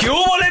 ¿Qué hubo, le,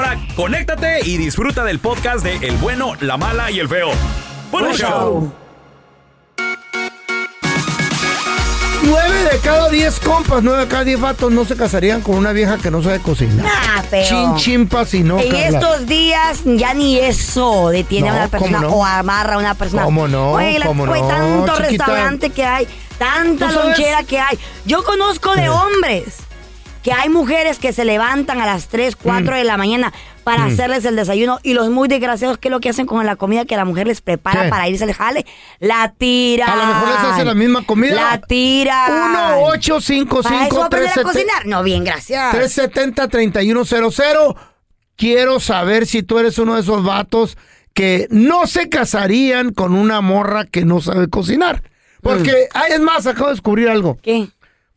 conéctate y disfruta del podcast de El bueno, la mala y el feo. Buen Buen show. show. Nueve de cada diez compas, nueve de cada diez vatos no se casarían con una vieja que no sabe cocinar. Nah, feo. Chin chimpa si no, en Carla. estos días ya ni eso detiene a No, una persona ¿cómo no? o amarra a una persona. ¿Cómo no? Oye, la- ¿Cómo oye, no, tanto chiquita? restaurante que hay, tanta ¿Tú sabes? lonchera que hay. Yo conozco de hombres que hay mujeres que se levantan a las Mm. 3, 4 de la mañana para hacerles el desayuno y los muy desgraciados, ¿qué es lo que hacen con la comida que la mujer les prepara ¿Qué? para irse al jale? La tiran. A lo mejor les hace la misma comida. La tiran. 1 8 5 ¿Para eso 5 aprender 3 a cocinar? No, bien, gracias. 370 3100 Quiero saber si tú eres uno de esos vatos que no se casarían con una morra que no sabe cocinar. Porque, ay, es más, acabo de descubrir algo. Mm. ¿Qué?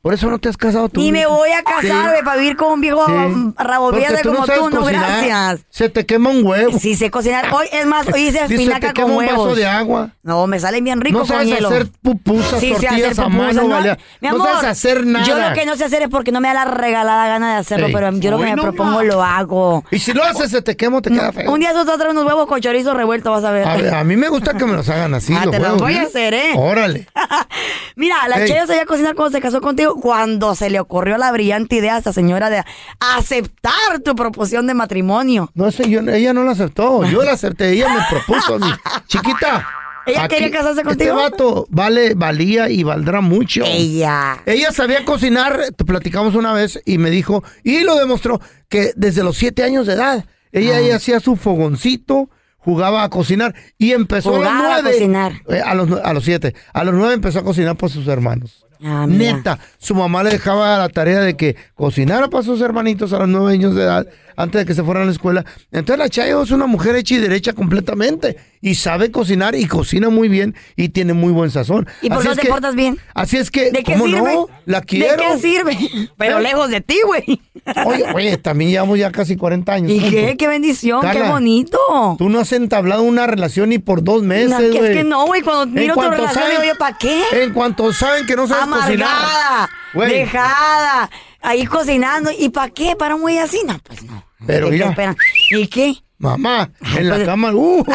Por eso no te has casado tú. Ni me voy a Sí. casar, güey, para vivir con un viejo Sí. rabovierde Porque como sabes tú, no, cocinar. gracias. Se te quema un huevo. Sí sé cocinar. Hoy, es más, hoy hice Dice, espinaca te con quema un huevos. vaso de agua. No, me salen bien ricos No sabes con hielo. hacer pupusas, Sí, sé tortillas hacer a mano, pupusas, baleadas. Mi No amor, sabes hacer nada. Yo lo que no sé hacer es porque no me da la regalada gana de hacerlo, Ey. pero yo lo que Hoy me no propongo más. lo hago. Y si lo haces, se te quema o te queda feo. Un día tú te vas a traer unos huevos con chorizo revuelto, vas a ver. A, ver, a mí me gusta que me los hagan así. Ah, los te los huevos, voy a ¿eh? hacer, ¿eh? Órale. Mira, la Ey. Chela se iba a cocinar cuando se casó contigo, cuando se le ocurrió la brillante idea a esta señora de aceptar tu proposición de matrimonio. No sé, yo, ella no la aceptó. Yo la acepté. Ella me propuso a mí. Chiquita. ¿Ella quería casarse contigo? Este vato vale, valía y valdrá mucho. Ella. Ella sabía cocinar, te platicamos una vez y me dijo, y lo demostró, que desde los siete años de edad, Ah. ella, ella hacía su fogoncito, jugaba a cocinar y empezó Jugaba a a los nueve. cocinar. eh, a, los, nue- a los siete. A los nueve empezó a cocinar por sus hermanos. Ah, mira. Neta, su mamá le dejaba la tarea de que cocinara para sus hermanitos a los nueve años de edad, antes de que se fueran a la escuela. Entonces la Chayo es una mujer hecha y derecha completamente, y sabe cocinar, y cocina muy bien, y tiene muy buen sazón. ¿Y por Así qué es no te que- portas bien? Así es que, ¿De qué ¿cómo sirve? no? La quiero. ¿De qué sirve? Pero ¿Eh? lejos de ti, güey. Oye, oye, también llevamos ya casi 40 años. ¿Y qué? juntos. ¡Qué bendición! ¡Qué Carla, bonito! Tú no has entablado una relación ni por dos meses, No, es güey. que- es que no, güey. Cuando miro tu cuanto relación, saben- digo yo, ¿pa' qué? En cuanto saben que no sabes Amargada, cocinar. Güey, dejada, ahí cocinando. ¿Y para qué? ¿Para un güey así? No, pues no. Pero ¿Qué te mira. esperan? ¿Y qué? Mamá, en la pues- cama. ¡Uh,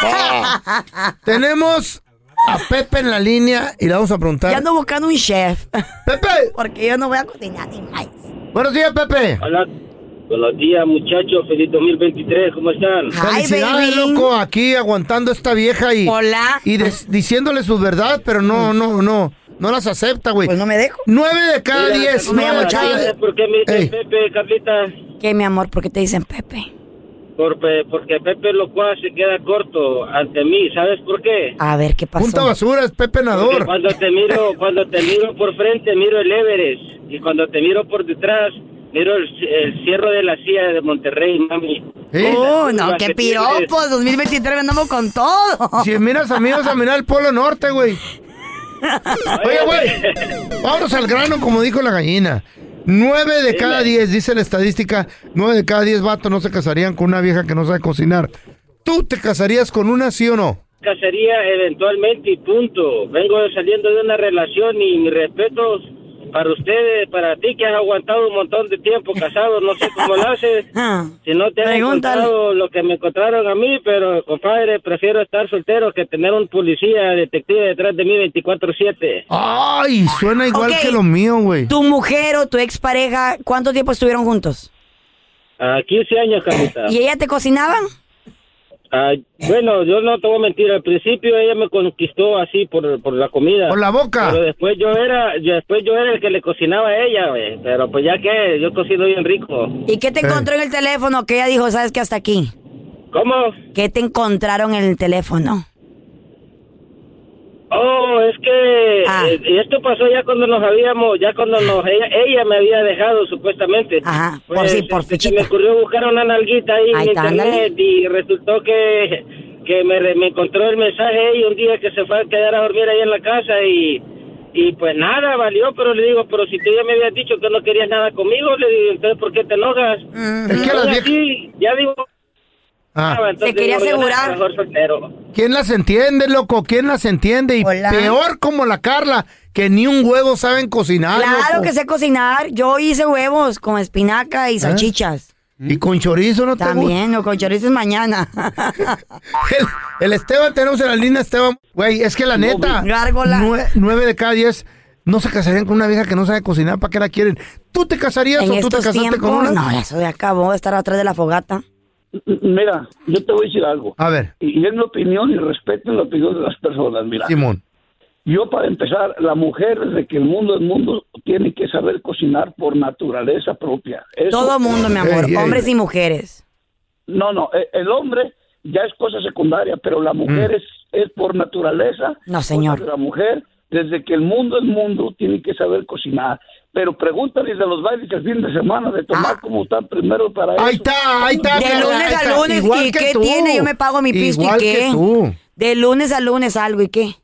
papá! Tenemos a Pepe en la línea y le vamos a preguntar. Ya ando buscando un chef. Pepe, Porque yo no voy a cocinar ni más. buenos días, Pepe. Hola, buenos días muchachos, feliz 2023, ¿cómo están? Ay, Felicidades, baby. loco, aquí aguantando esta vieja y, Hola. Mm. y des- diciéndole sus verdades, pero no, no, no, No las acepta, güey. Pues no me dejo. Nueve de cada Mira, diez. ¿cómo me nueve llamo de cada Chayo? ¿Sabes diez. por qué me dicen Ey. Pepe, Carlita? ¿Qué, mi amor? ¿Por qué te dicen Pepe? Por Pe- porque Pepe Locuaz se queda corto ante mí. ¿Sabes por qué? A ver, ¿qué pasó? Punta basura, es Pepe Porque Nador. cuando te miro, cuando te miro por frente, miro el Everest. Y cuando te miro por detrás, miro el, ci- el cierre de la silla de Monterrey, mami. ¿Eh? Uh, no, qué piropos. 2023 andamos con todo. Si miras a mí, vas a mirar el Polo Norte, güey. Oye, güey, vámonos al grano, como dijo la gallina. Nueve de cada diez, dice la estadística, nueve de cada diez vatos no se casarían con una vieja que no sabe cocinar. ¿Tú te casarías con una, sí o no? Casaría eventualmente y punto. Vengo saliendo de una relación y mis respetos para ustedes, para ti que has aguantado un montón de tiempo casado. No sé cómo lo haces. Ah, Si no te han Pregúntale. encontrado lo que me encontraron a mí, pero compadre, prefiero estar soltero que tener un policía detective detrás de mí 24-7. Ay, suena igual Ok. que lo mío, güey. Tu mujer o tu expareja, ¿cuánto tiempo estuvieron juntos? A 15 años, Ah. Carlita. ¿Y ella te cocinaban? Ah, bueno, yo no te voy a mentir. Al principio ella me conquistó así por, por la comida. Por la boca. Pero después yo era, yo- después yo era el que le cocinaba a ella, güey. Pero pues ya que yo cocino bien rico. ¿Y qué te Eh. encontró en el teléfono? Que ella dijo, ¿sabes qué? Hasta aquí. ¿Cómo? ¿Qué te encontraron en el teléfono? Oh, es que Ah. eh, y esto pasó ya cuando nos habíamos, ya cuando nos ella, ella me había dejado eh, supuestamente. Ajá, por sí, por este, se fichita. me ocurrió buscar una nalguita ahí, Ahí en está, internet ándale. y resultó que que me, re- me encontró el mensaje ella un día que se fue a quedar a dormir ahí en la casa y y pues nada, valió, pero le digo, pero si tú ya me habías dicho que no querías nada conmigo, le digo, entonces ¿por qué te enojas? Es que las Ahora viejas... sí, ya digo, Ah, entonces Se quería digo, yo, asegurar. Mejor soltero. ¿Quién las entiende, loco? ¿Quién las entiende? Y Hola. peor como la Carla, que ni un huevo saben cocinar, claro loco. que sé cocinar. Yo hice huevos con espinaca y salchichas. Y con chorizo no te gusta. También, o con chorizos mañana. El, el Esteban, tenemos en la línea Esteban. Güey, es que la neta, Gárgola. nue- nueve de cada diez no se casarían con una vieja que no sabe cocinar. ¿Para qué la quieren? ¿Tú te casarías en o tú te estos casaste con tiempos, una? no, eso ya acabó de estar atrás de la fogata. Mira, yo te voy a decir algo. A ver, Y y es mi opinión y respeto la opinión de las personas. Mira, Simón. yo para empezar, la mujer desde que el mundo es mundo tiene que saber cocinar por naturaleza propia. Eso- Todo mundo, mi amor, Ey, ey. hombres y mujeres. No, no, e- el hombre ya es cosa secundaria, pero la mujer es, es por naturaleza. No, señor. La mujer, desde que el mundo es mundo, tiene que saber cocinar. Pero pregúntales de los bailes el fin de semana, de tomar Ah. como están primero para eso. Ahí está, ahí está. De pero- lunes ahí a está, lunes, igual ¿y que qué tú. tiene? Yo me pago mi pisto, ¿y Igual qué? que tú. De lunes a lunes algo, ¿y qué?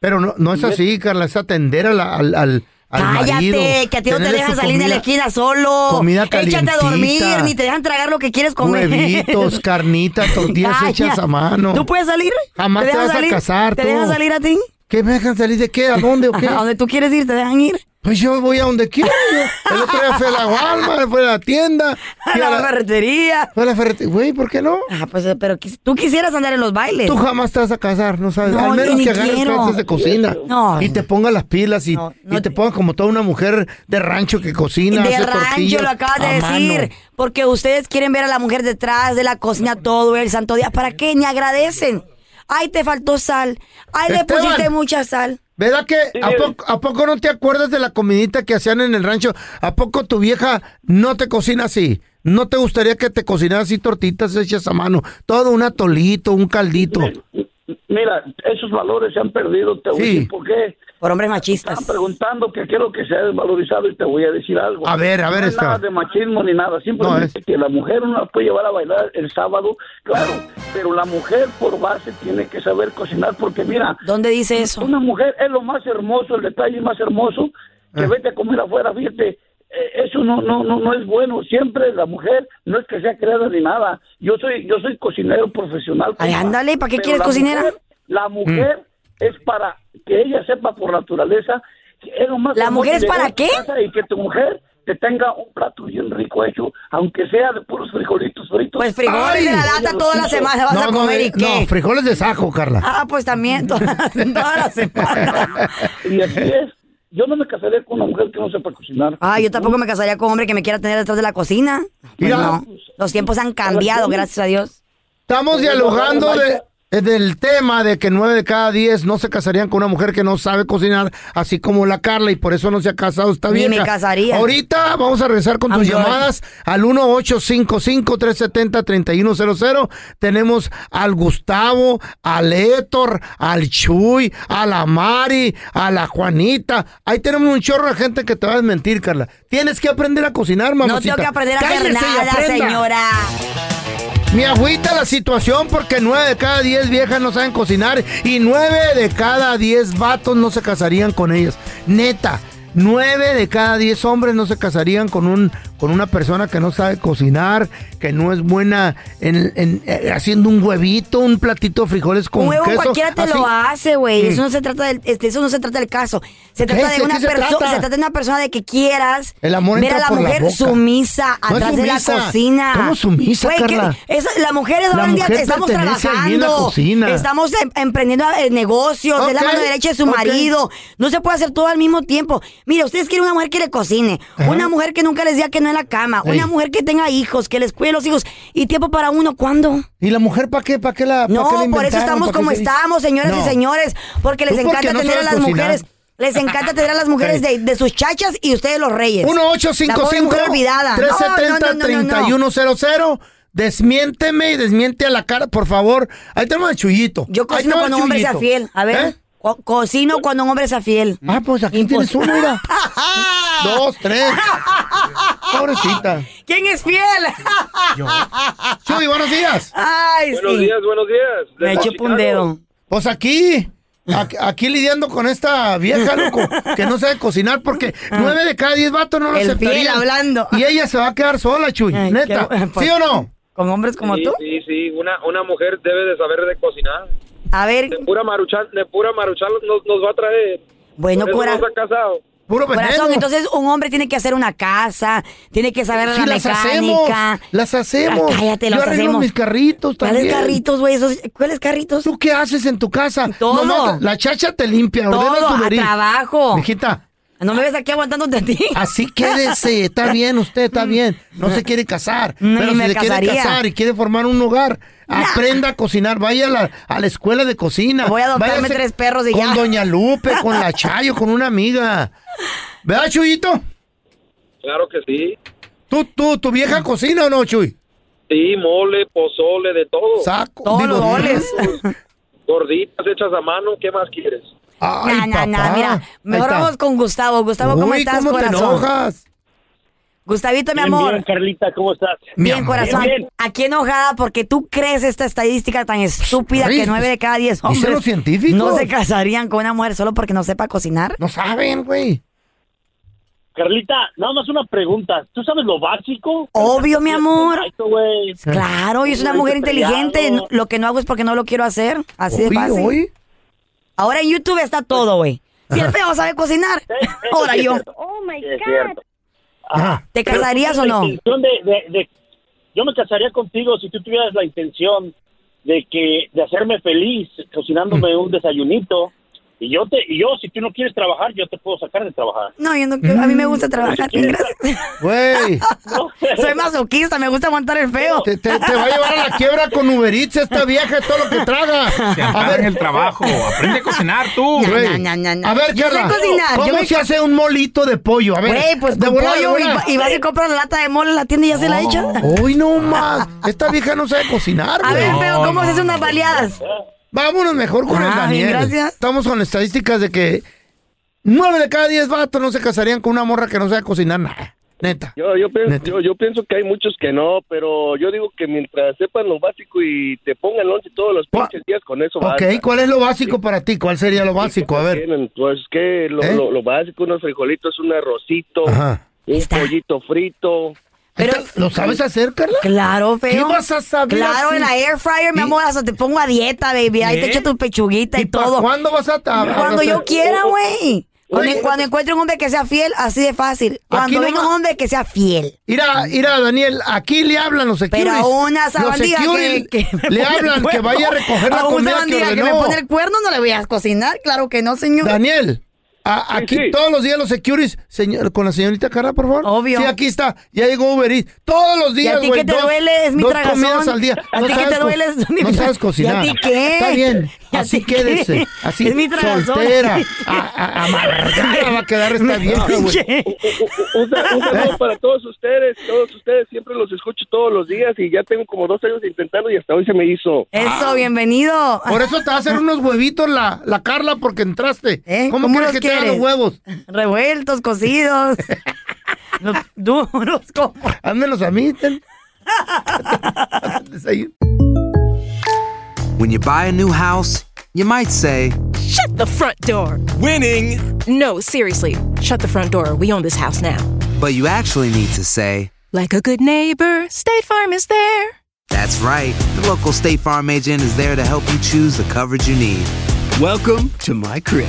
Pero no, no es así, Carla, es atender a la- al, al, al Cállate, marido, que a ti no te tenerle dejan su salir de la comida, esquina solo. comida Échate a calientita. dormir, ni te dejan tragar lo que quieres comer. Huevitos, carnitas, tortillas Calla. hechas a mano. ¿Tú puedes salir? Jamás te dejan vas a casar, ¿Te tú. dejan salir a ti? ¿Qué me dejan salir de qué? ¿A dónde o qué? A donde tú quieres ir, te dejan ir. Pues yo voy a donde quiero. yo. El otro día fui a la Walmart, fui a la tienda. A fui la a la- ferretería. fui a la ferretería. Güey, ¿por qué no? Ah, pues, pero quis- tú quisieras andar en los bailes. Tú jamás te vas a casar, no sabes. No, Al menos ni que agarres quiero. clases de cocina. No. Y te pongas las pilas y, No, no y te te- pongas como toda una mujer de rancho que cocina. de hace rancho, tortillas lo acabas de a decir. mano. Porque ustedes quieren ver a la mujer detrás de la cocina todo el santo día. ¿Para qué? Ni agradecen. Ay, te faltó sal. Ay, le Esteban. pusiste mucha sal. ¿Verdad que a, poco, a poco no te acuerdas de la comidita que hacían en el rancho? ¿A poco tu vieja no te cocina así? ¿No te gustaría que te cocinara así tortitas hechas a mano? Todo un atolito, un caldito. Mira, esos valores se han perdido, te voy a Sí. decir por qué. Por hombres machistas. Están preguntando que qué es lo que se ha desvalorizado y te voy a decir algo. A ver, a ver, No es nada Esteban. de machismo ni nada, simplemente No, que la mujer no la puede llevar a bailar el sábado, claro, pero la mujer por base tiene que saber cocinar porque mira, ¿Dónde dice eso? una mujer es lo más hermoso, el detalle más hermoso, Eh. que vete a comer afuera, fíjate, eh, eso no, no, no, no es bueno, siempre la mujer no es que sea creada ni nada, yo soy, yo soy cocinero profesional. Ay, compa, ándale, ¿para qué pero quieres la cocinera? Mm. mujer- la mujer es para que ella sepa por naturaleza que es lo más ¿La hermoso mujer es llegar para a tu qué? casa Y que tu mujer te tenga un plato bien rico hecho, aunque sea de puros frijolitos fritos. Pues frijoles Ay. de la lata toda la semana vas a no, comer y eh, no, qué. frijoles de sajo, Carla. ah, pues también toda, toda la semana. Y así es. Yo no me casaré con una mujer que no sepa cocinar. Ah, yo tampoco me casaría con un hombre que me quiera tener detrás de la cocina. Pues Mira. no. Los tiempos han cambiado, gracias a Dios. Estamos dialogando de, eh, del tema de que nueve de cada diez no se casarían con una mujer que no sabe cocinar, así como la Carla, y por eso no se ha casado esta Ni vieja. me casaría. Ahorita vamos a regresar con tus I'm sorry. llamadas al 1-855-370-3100. Tenemos al Gustavo, al Héctor, al Chuy, a la Mari, a la Juanita. Ahí tenemos un chorro de gente que te va a desmentir, Carla. Tienes que aprender a cocinar, No mamacita. tengo que aprender a Cállese hacer y nada, aprenda. señora. Mi agüita la situación porque nueve de cada diez viejas no saben cocinar y nueve de cada diez vatos no se casarían con ellas. Neta, nueve de cada diez hombres no se casarían con un con una persona que no sabe cocinar, que no es buena en, en- eh, haciendo un huevito, un platito de frijoles con Un huevo queso. cualquiera te lo así. hace, güey. Mm. Eso no se trata del, este, eso no se trata del caso. Se ¿Qué? trata ¿Sí? de una ¿Qué se persona, trata? se trata de una persona de que quieras El amor ver a entra la por la mujer boca. sumisa No es atrás de la sumisa. cocina. ¿Cómo sumisa, Güey, que- Carla? esa- las mujeres La ahora en día mujer estamos pertenece trabajando. ahí en la cocina. Estamos em- emprendiendo eh, negocios, es la Ok, mano derecha de su ok. marido. No se puede hacer todo al mismo tiempo. Mira, ustedes quieren una mujer que le cocine, Ajá. una mujer que nunca les diga que no en la cama, Ey. una mujer que tenga hijos, que les cuide los hijos y tiempo para uno. ¿Cuándo? ¿Y la mujer para qué? ¿Para qué la pa' No, qué la por eso inventaron? estamos ¿Pa' qué como se hizo? estamos, señoras No. y señores, porque les Tú encanta porque no tener a las sabes cocinar. mujeres. Les encanta tener a las mujeres de, de sus chachas y ustedes los reyes. La pobre mujer olvidada. No, no, no, no, no, no. 1-855-370-3100. Desmiénteme y desmiente a la cara, por favor. Ahí tenemos el chullito. Yo Ahí cocino tenemos cuando al un hombre sea Chuyito. fiel. A ver, ¿Eh? co- cocino cuando un hombre sea fiel. Ah, pues aquí Impos- tienes uno, mira. Dos, tres. Pobrecita. ¿Quién es fiel? Chuy, buenos días. Ay, Buenos sí. días, buenos días. Me Desde chupo un Chicago. dedo. Pues aquí, aquí, aquí lidiando con esta vieja, loco, que no sabe cocinar porque nueve de cada diez vatos no lo Ah. El fiel aceptarían. hablando. Y ella se va a quedar sola, Chuy. Ay, neta. qué bu- ¿Sí o no? ¿Con hombres como Sí, tú? sí, sí. Una, una mujer debe de saber de cocinar. A ver, De pura maruchan, de pura maruchan nos, nos va a traer. bueno, Por eso cora- no se ha casado. Puro veneno. corazón. Entonces, un hombre tiene que hacer una casa, tiene que saber Sí, la las mecánica. hacemos. Las hacemos. Ah, cállate, Yo las arreglo hacemos. mis carritos ¿Cuáles también. carritos, güey? Esos- ¿Cuáles carritos? ¿Tú qué haces en tu casa? Todo. Nomás la chacha te limpia, ordena Todo, tu a beril. trabajo. Mijita, Ah, No me ves aquí aguantándote a ti. así quédese. Está bien, usted está bien. No se quiere casar. Ni pero si me se quiere casaría. casar y quiere formar un hogar, aprenda a cocinar. Vaya a la, a la escuela de cocina. Voy a adoptarme Váyase tres perros y con ya. Doña Lupe, con la Chayo, con una amiga. ¿Verdad, Chuyito? Claro que sí. ¿Tú, tú, tu vieja cocina o no, Chuy? Sí, mole, pozole, de todo. Saco. Todos los goles. Gorditas hechas a mano, ¿qué más quieres? Ay, Nah, nah, nah, papá. mira. Ahí Mejor está. vamos con Gustavo. Gustavo, ¿cómo Uy, estás, ¿cómo te corazón? enojas? Gustavito, mi Bien, amor. bien, Carlita, ¿cómo estás? Mi Bien, amor. corazón. Bien, bien. Aquí enojada porque tú crees esta estadística tan estúpida Ay, que nueve de cada diez dicen hombres los científicos. no se casarían con una mujer solo porque no sepa cocinar. No saben, güey. Carlita, nada más una pregunta. ¿Tú sabes lo básico? Obvio, mi amor. Ay, tú, güey. este Claro, y es una Ay, mujer qué inteligente. peleado. Lo que no hago es porque no lo quiero hacer. Así de Hoy, fácil. hoy. Ahora en YouTube está todo, güey. Si el feo sabe cocinar, Eh, eso ahora sí Oh es cierto. yo. Sí es cierto. Ajá. ¿Te Pero casarías o ¿tienes no? la intención de- de- de- yo me casaría contigo si tú tuvieras la intención de que de hacerme feliz cocinándome Mm. un desayunito y yo te y yo si tú no quieres trabajar yo te puedo sacar de trabajar. No, yo no quiero. A mí me Mm. gusta trabajar. Gracias. Güey. ¿no? Soy masoquista, me gusta aguantar el feo. Te, te- te va a llevar a la quiebra con Uber Eats esta vieja, todo lo que traga. A ver, el trabajo. Aprende a cocinar tú. No, Uh, güey. no, no, no, no. A ver, Yo sé Carla. cocinar, yo ¿Cómo me- se hace un molito de pollo? A ver. Güey, pues de con volada, de pollo y, volada. y vas y compras la lata de mole en la tienda y ya se la echas. Hoy no más. Esta vieja no sabe cocinar, A güey. ver, feo, ¿cómo se hacen unas baleadas? Vámonos mejor con el Ah, Daniel. bien, gracias. Estamos con estadísticas de que nueve de cada diez vatos no se casarían con una morra que no sabe cocinar nada. Neta. Yo, yo, pienso, Neta. yo, yo pienso que hay muchos que no, pero yo digo que mientras sepan lo básico y te pongan lonche todos los Gua- pinches días, con eso Ok, basta. ¿cuál es lo básico para ti? ¿Cuál sería lo básico? A ver. Tienen, Pues que lo, ¿Eh? lo- lo básico, unos frijolitos, un arrocito, Ajá. un Está. pollito frito. Pero- Esta- ¿Lo sabes hacer, Carla? Claro, feo. ¿Qué vas a saber Claro, así? en la air fryer, mi ¿Y- amor, hasta te pongo a dieta, baby. Ahí te ¿Eh? echa tu pechuguita y, ¿Y pa' todo. ¿Cuándo vas a ta- Cuando a- yo quiera, güey. Cuando, Oye. eh, cuando encuentre un hombre que sea fiel, así de fácil. Cuando no venga va- un hombre que sea fiel. Mira, mira, Daniel, aquí le hablan los securities. Pero a una Los sabandija que, securities que me pone le el hablan que cuerno. vaya a recoger la A una comida que sabandija que, me ordenó. pone el cuerno no le voy a cocinar, claro que no, señor. Daniel, A- Sí, aquí sí. todos los días los securities, señor, con la señorita Carla, por favor. Obvio. Sí, aquí está. Ya llegó Uber Eats. Todos los ¿Y días, a ti güey, qué te dos- duele? Es mi dos tragazón. comidas al día. ¿A No ti qué sabes te co- duele? Es mi No tra- sabes cocinar. ¿Y a ti qué? Está bien. ¿Y a Así ti qué? quédese. Así, Es mi tragazón. soltera. A- a- Amargada va a quedar esta vieja, güey. Un, sa- un saludo para todos ustedes, todos ustedes, siempre los escucho todos los días y ya tengo como dos años intentando y hasta hoy se me hizo. Ah. Eso, bienvenido. Por eso te va a hacer unos huevitos la, la Carla porque entraste. ¿Eh? ¿Cómo, quieres que te haga los huevos? Revueltos, cocidos. Los duros, ¿cómo? Ándelos a mí. ten. When you buy a new house, you might say, Shut the front door. Winning. No, seriously. Shut the front door. We own this house now. but you actually need to say, Like a good neighbor, State Farm is there. that's right. The local State Farm agent is there to help you choose the coverage you need. Welcome to my crib.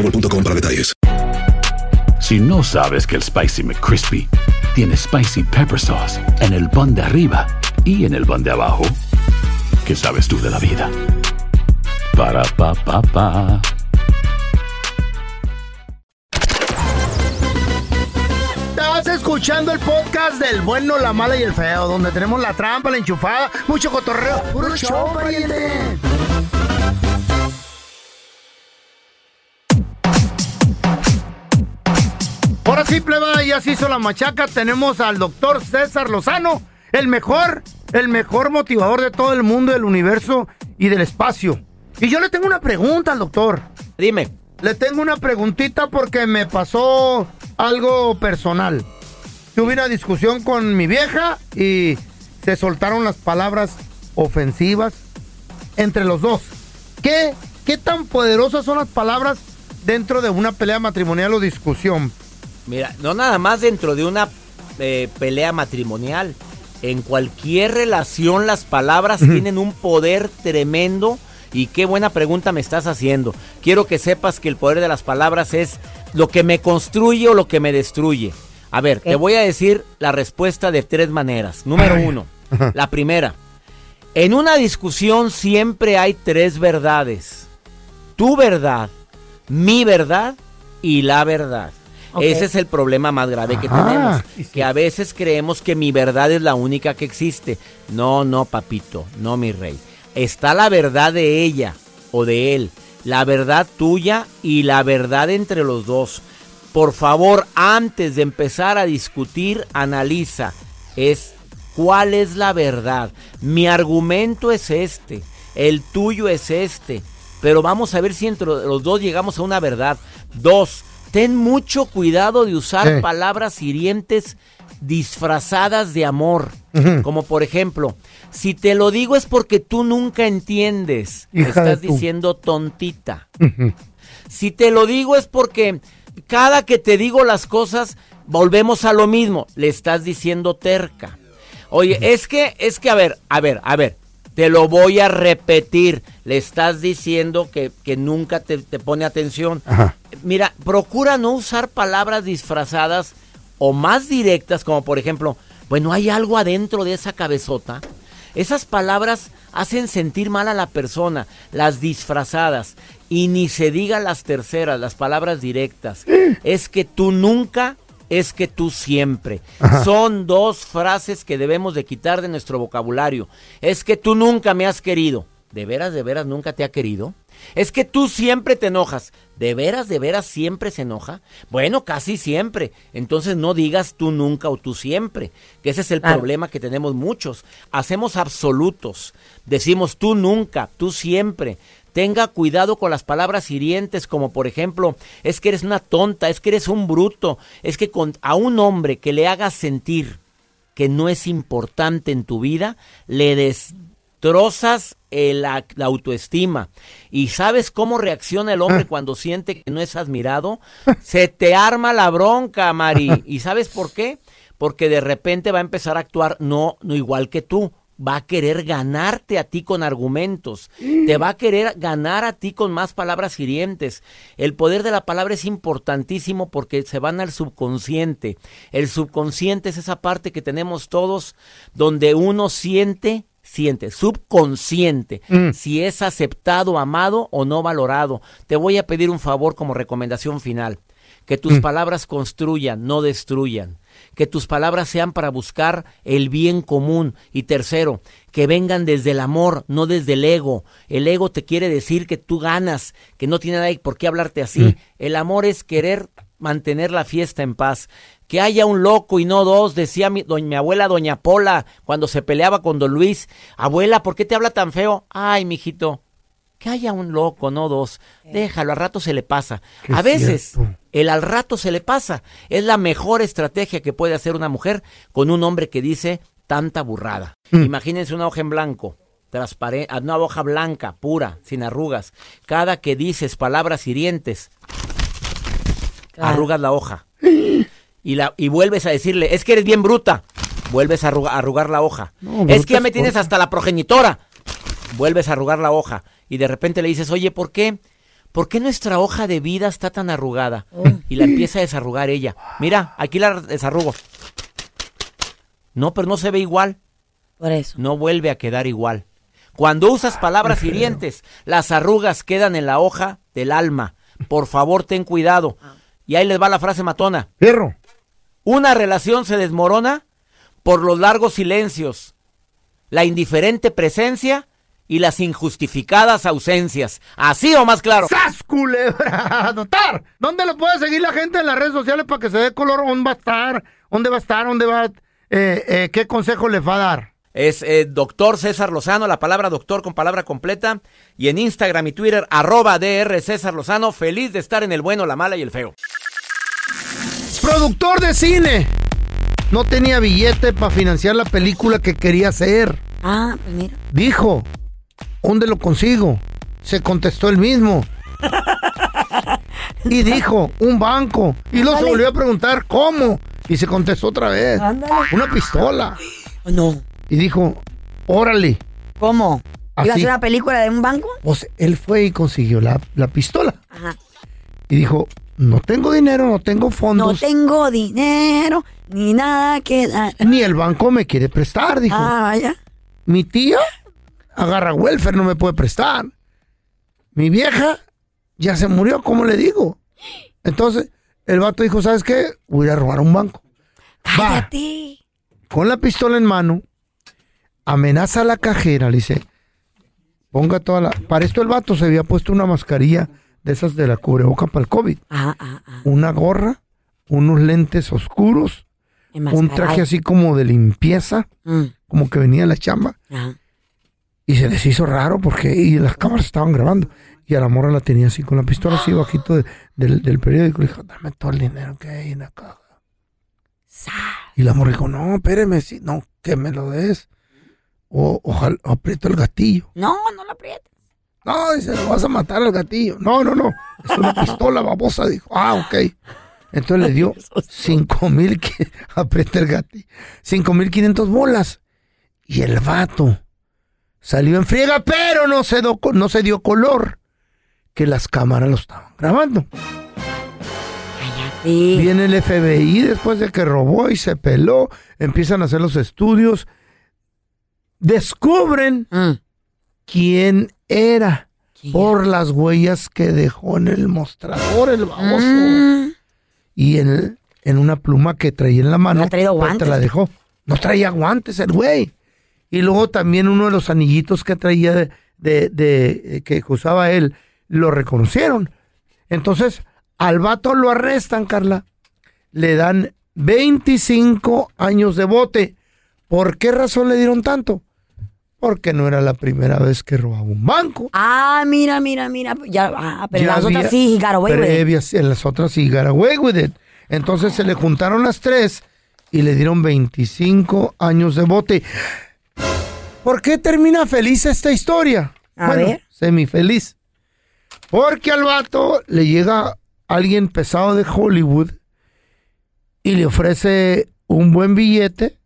para detalles. Si no sabes que el Spicy McCrispy tiene spicy pepper sauce en el pan de arriba y en el pan de abajo, ¿qué sabes tú de la vida? Para pa pa pa. Estás escuchando el podcast del bueno, la mala y el feo, donde tenemos la trampa, la enchufada, mucho cotorreo. ¡Puro show, pariente! Ahora sí, pleba, ya se hizo la machaca. Tenemos al doctor César Lozano, el mejor, el mejor motivador de todo el mundo, del universo y del espacio. Y yo le tengo una pregunta al doctor. Dime. Le tengo una preguntita porque me pasó algo personal. Tuve una discusión con mi vieja y se soltaron las palabras ofensivas entre los dos. ¿Qué, qué tan poderosas son las palabras dentro de una pelea matrimonial o discusión? Mira, no nada más dentro de una eh, pelea matrimonial. En cualquier relación las palabras tienen un poder tremendo y qué buena pregunta me estás haciendo. Quiero que sepas que el poder de las palabras es lo que me construye o lo que me destruye. A ver, te voy a decir la respuesta de tres maneras. Número uno, la primera. En una discusión siempre hay tres verdades. Tu verdad, mi verdad y la verdad. Ok. Ese es el problema más grave que Ajá. tenemos. Que a veces creemos que mi verdad es la única que existe. No, no, papito, no, mi rey. Está la verdad de ella o de él, la verdad tuya y la verdad entre los dos. Por favor, antes de empezar a discutir, analiza. Es cuál es la verdad. Mi argumento es este, el tuyo es este. Pero vamos a ver si entre los dos llegamos a una verdad. Dos, ten mucho cuidado de usar Sí. palabras hirientes disfrazadas de amor. Ujú. Como por ejemplo, si te lo digo es porque tú nunca entiendes. Hija de Estás tu- diciendo tontita. Si te lo digo es porque cada que te digo las cosas, volvemos a lo mismo. Le estás diciendo terca. Oye, es que, es que, a ver, a ver, a ver. Te lo voy a repetir. Le estás diciendo que, que nunca te, te pone atención. Mira, procura no usar palabras disfrazadas o más directas, como por ejemplo, bueno, hay algo adentro de esa cabezota. Esas palabras hacen sentir mal a la persona, las disfrazadas. Y ni se diga las terceras, las palabras directas. Es que tú nunca, es que tú siempre. Son dos frases que debemos de quitar de nuestro vocabulario. Es que tú nunca me has querido. ¿De veras, de veras nunca te ha querido? Es que tú siempre te enojas. ¿De veras, de veras siempre se enoja? Bueno, casi siempre. Entonces no digas tú nunca o tú siempre, que ese es el Claro. problema que tenemos muchos. Hacemos absolutos. Decimos tú nunca, tú siempre. Tenga cuidado con las palabras hirientes como por ejemplo, es que eres una tonta, es que eres un bruto, es que con, a un hombre que le hagas sentir que no es importante en tu vida, le destrozas eh, la, la autoestima. ¿Y sabes cómo reacciona el hombre cuando siente que no es admirado? Se te arma la bronca, Mari. ¿Y sabes por qué? Porque de repente va a empezar a actuar no, no igual que tú. Va a querer ganarte a ti con argumentos. Te va a querer ganar a ti con más palabras hirientes. El poder de la palabra es importantísimo porque se van al subconsciente. El subconsciente es esa parte que tenemos todos donde uno siente siente, subconsciente, si es aceptado, amado o no valorado. Te voy a pedir un favor como recomendación final, que tus palabras construyan, no destruyan, que tus palabras sean para buscar el bien común y tercero, que vengan desde el amor, no desde el ego. El ego te quiere decir que tú ganas, que no tiene nadie por qué hablarte así. El amor es querer mantener la fiesta en paz. Que haya un loco y no dos, decía mi, doña, mi abuela Doña Pola cuando se peleaba con Don Luis. Abuela, ¿por qué te habla tan feo? Ay, mijito, que haya un loco, no dos. Déjalo, al rato se le pasa. Qué a veces, cierto. el al rato se le pasa. Es la mejor estrategia que puede hacer una mujer con un hombre que dice tanta burrada. Mm. Imagínense una hoja en blanco. Transparente, ah, una hoja blanca, pura, sin arrugas. Cada que dices palabras hirientes, arrugas la hoja. Y, la, y vuelves a decirle, es que eres bien bruta. Vuelves a arruga- arrugar, la hoja. No, es bruta que ya es me tienes cosa. hasta la progenitora. Vuelves a arrugar la hoja. Y de repente le dices, oye, ¿por qué? ¿Por qué nuestra hoja de vida está tan arrugada? Y la empieza a desarrugar ella. Mira, aquí la desarrugo. No, pero no se ve igual. Por eso. No vuelve a quedar igual. Cuando usas palabras hirientes, las arrugas quedan en la hoja del alma. Por favor, ten cuidado. Y ahí les va la frase matona. Perro. Una relación se desmorona por los largos silencios, la indiferente presencia y las injustificadas ausencias. Así o más claro. ¡Sas, culebra! ¡Dotar! ¿Dónde lo puede seguir la gente en las redes sociales para que se dé color? ¿Dónde va a estar? ¿Dónde va a estar? ¿Dónde va? a- eh, eh, ¿Qué consejo les va a dar? Es eh, doctor César Lozano, la palabra doctor con palabra completa. Y en Instagram y Twitter, arroba DR César Lozano. Feliz de estar en el bueno, la mala y el feo. Productor de cine. No tenía billete para financiar la película que quería hacer. Ah, pues mira. Dijo, ¿dónde lo consigo? Se contestó él mismo. Y dijo, un banco. Y luego se volvió a preguntar, ¿cómo? Y se contestó otra vez. Ándale. Una pistola. Oh, No. Y dijo, órale. ¿Cómo? ¿Iba a Así. hacer una película de un banco? Pues él fue y consiguió la, la pistola. Ajá. Y dijo, no tengo dinero, no tengo fondos. No tengo dinero ni nada que dar. Ni el banco me quiere prestar, dijo. Ah, vaya. Mi tía agarra welfare, no me puede prestar. Mi vieja ya se murió, ¿cómo le digo? Entonces, el vato dijo, ¿sabes qué? Voy a ir a robar un banco. Va, Sí. con la pistola en mano, amenaza a la cajera, le dice, ponga toda la... Para esto el vato se había puesto una mascarilla de esas de la cubreboca para el COVID. Ah, Una gorra, unos lentes oscuros, un Enmascarado. traje así como de limpieza, Mm. como que venía de la chamba. Y se les hizo raro porque y las cámaras estaban grabando. Y a la morra la tenía así con la pistola así bajito de- del, del periódico. Le dijo, dame todo el dinero que hay en la caja. Y la morra dijo, no, espéreme, sí, no, que me lo des. O, ojalá aprieto el gatillo. No, no la aprietes. No, dice, lo vas a matar al gatillo. No, no, no. Es una pistola babosa, dijo. Ah, ok. Entonces le dio cinco mil que aprieta el gatillo. Cinco mil quinientos bolas. Y el vato salió en friega, pero no se, do- no se dio color que las cámaras lo estaban grabando. Viene el FBI después de que robó y se peló. Empiezan a hacer los estudios. Descubren quién era por las huellas que dejó en el mostrador el Mm. baboso. Y en, el- en una pluma que traía en la mano. No traía guantes. la dejó. No traía guantes el güey. Y luego también uno de los anillitos que traía de, de- de- eh, que usaba él, lo reconocieron. Entonces, al vato lo arrestan, Carla. Le dan 25 años de bote. ¿Por qué razón le dieron tanto? Porque no era la primera vez que robaba un banco. Ah, mira, mira, mira. Ya, ah, pero Ya las había otras sí, Garo, güey, güey. previas, en las otras sí, he got away with it. Entonces se le juntaron las tres y le dieron 25 años de bote. ¿Por qué termina feliz esta historia? A ver. Semifeliz. Porque al vato le llega alguien pesado de Hollywood y le ofrece un buen billete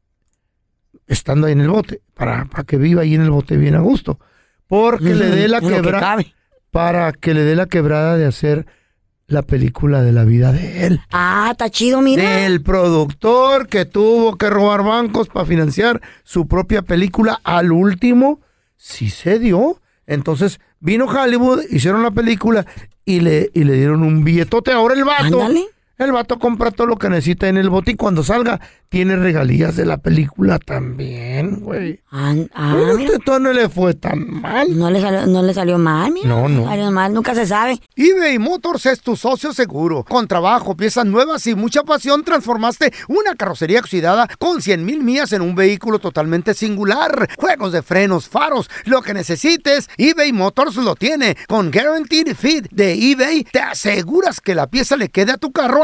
estando ahí en el bote, para, para que viva ahí en el bote bien a gusto. Porque le dé la Uno que quebrada. cabe. para que le dé la quebrada de hacer la película de la vida de él. Ah, está chido, mira. El productor que tuvo que robar bancos para financiar su propia película al último, sí se dio. Entonces vino Hollywood, hicieron la película y le, y le dieron un billetote. Ahora el vato. Ándale. El vato compra todo lo que necesita en el botín. Cuando salga, tiene regalías de la película también, güey. Bueno, este todo no le fue tan mal. ah, No le salió, no le salió mal, mira. No, no. Salió mal, nunca se sabe. eBay Motors es tu socio seguro. Con trabajo, piezas nuevas y mucha pasión, transformaste una carrocería oxidada con 100.000 mil millas en un vehículo totalmente singular. Juegos de frenos, faros, lo que necesites, eBay Motors lo tiene. Con Guaranteed Fit de eBay, te aseguras que la pieza le quede a tu carro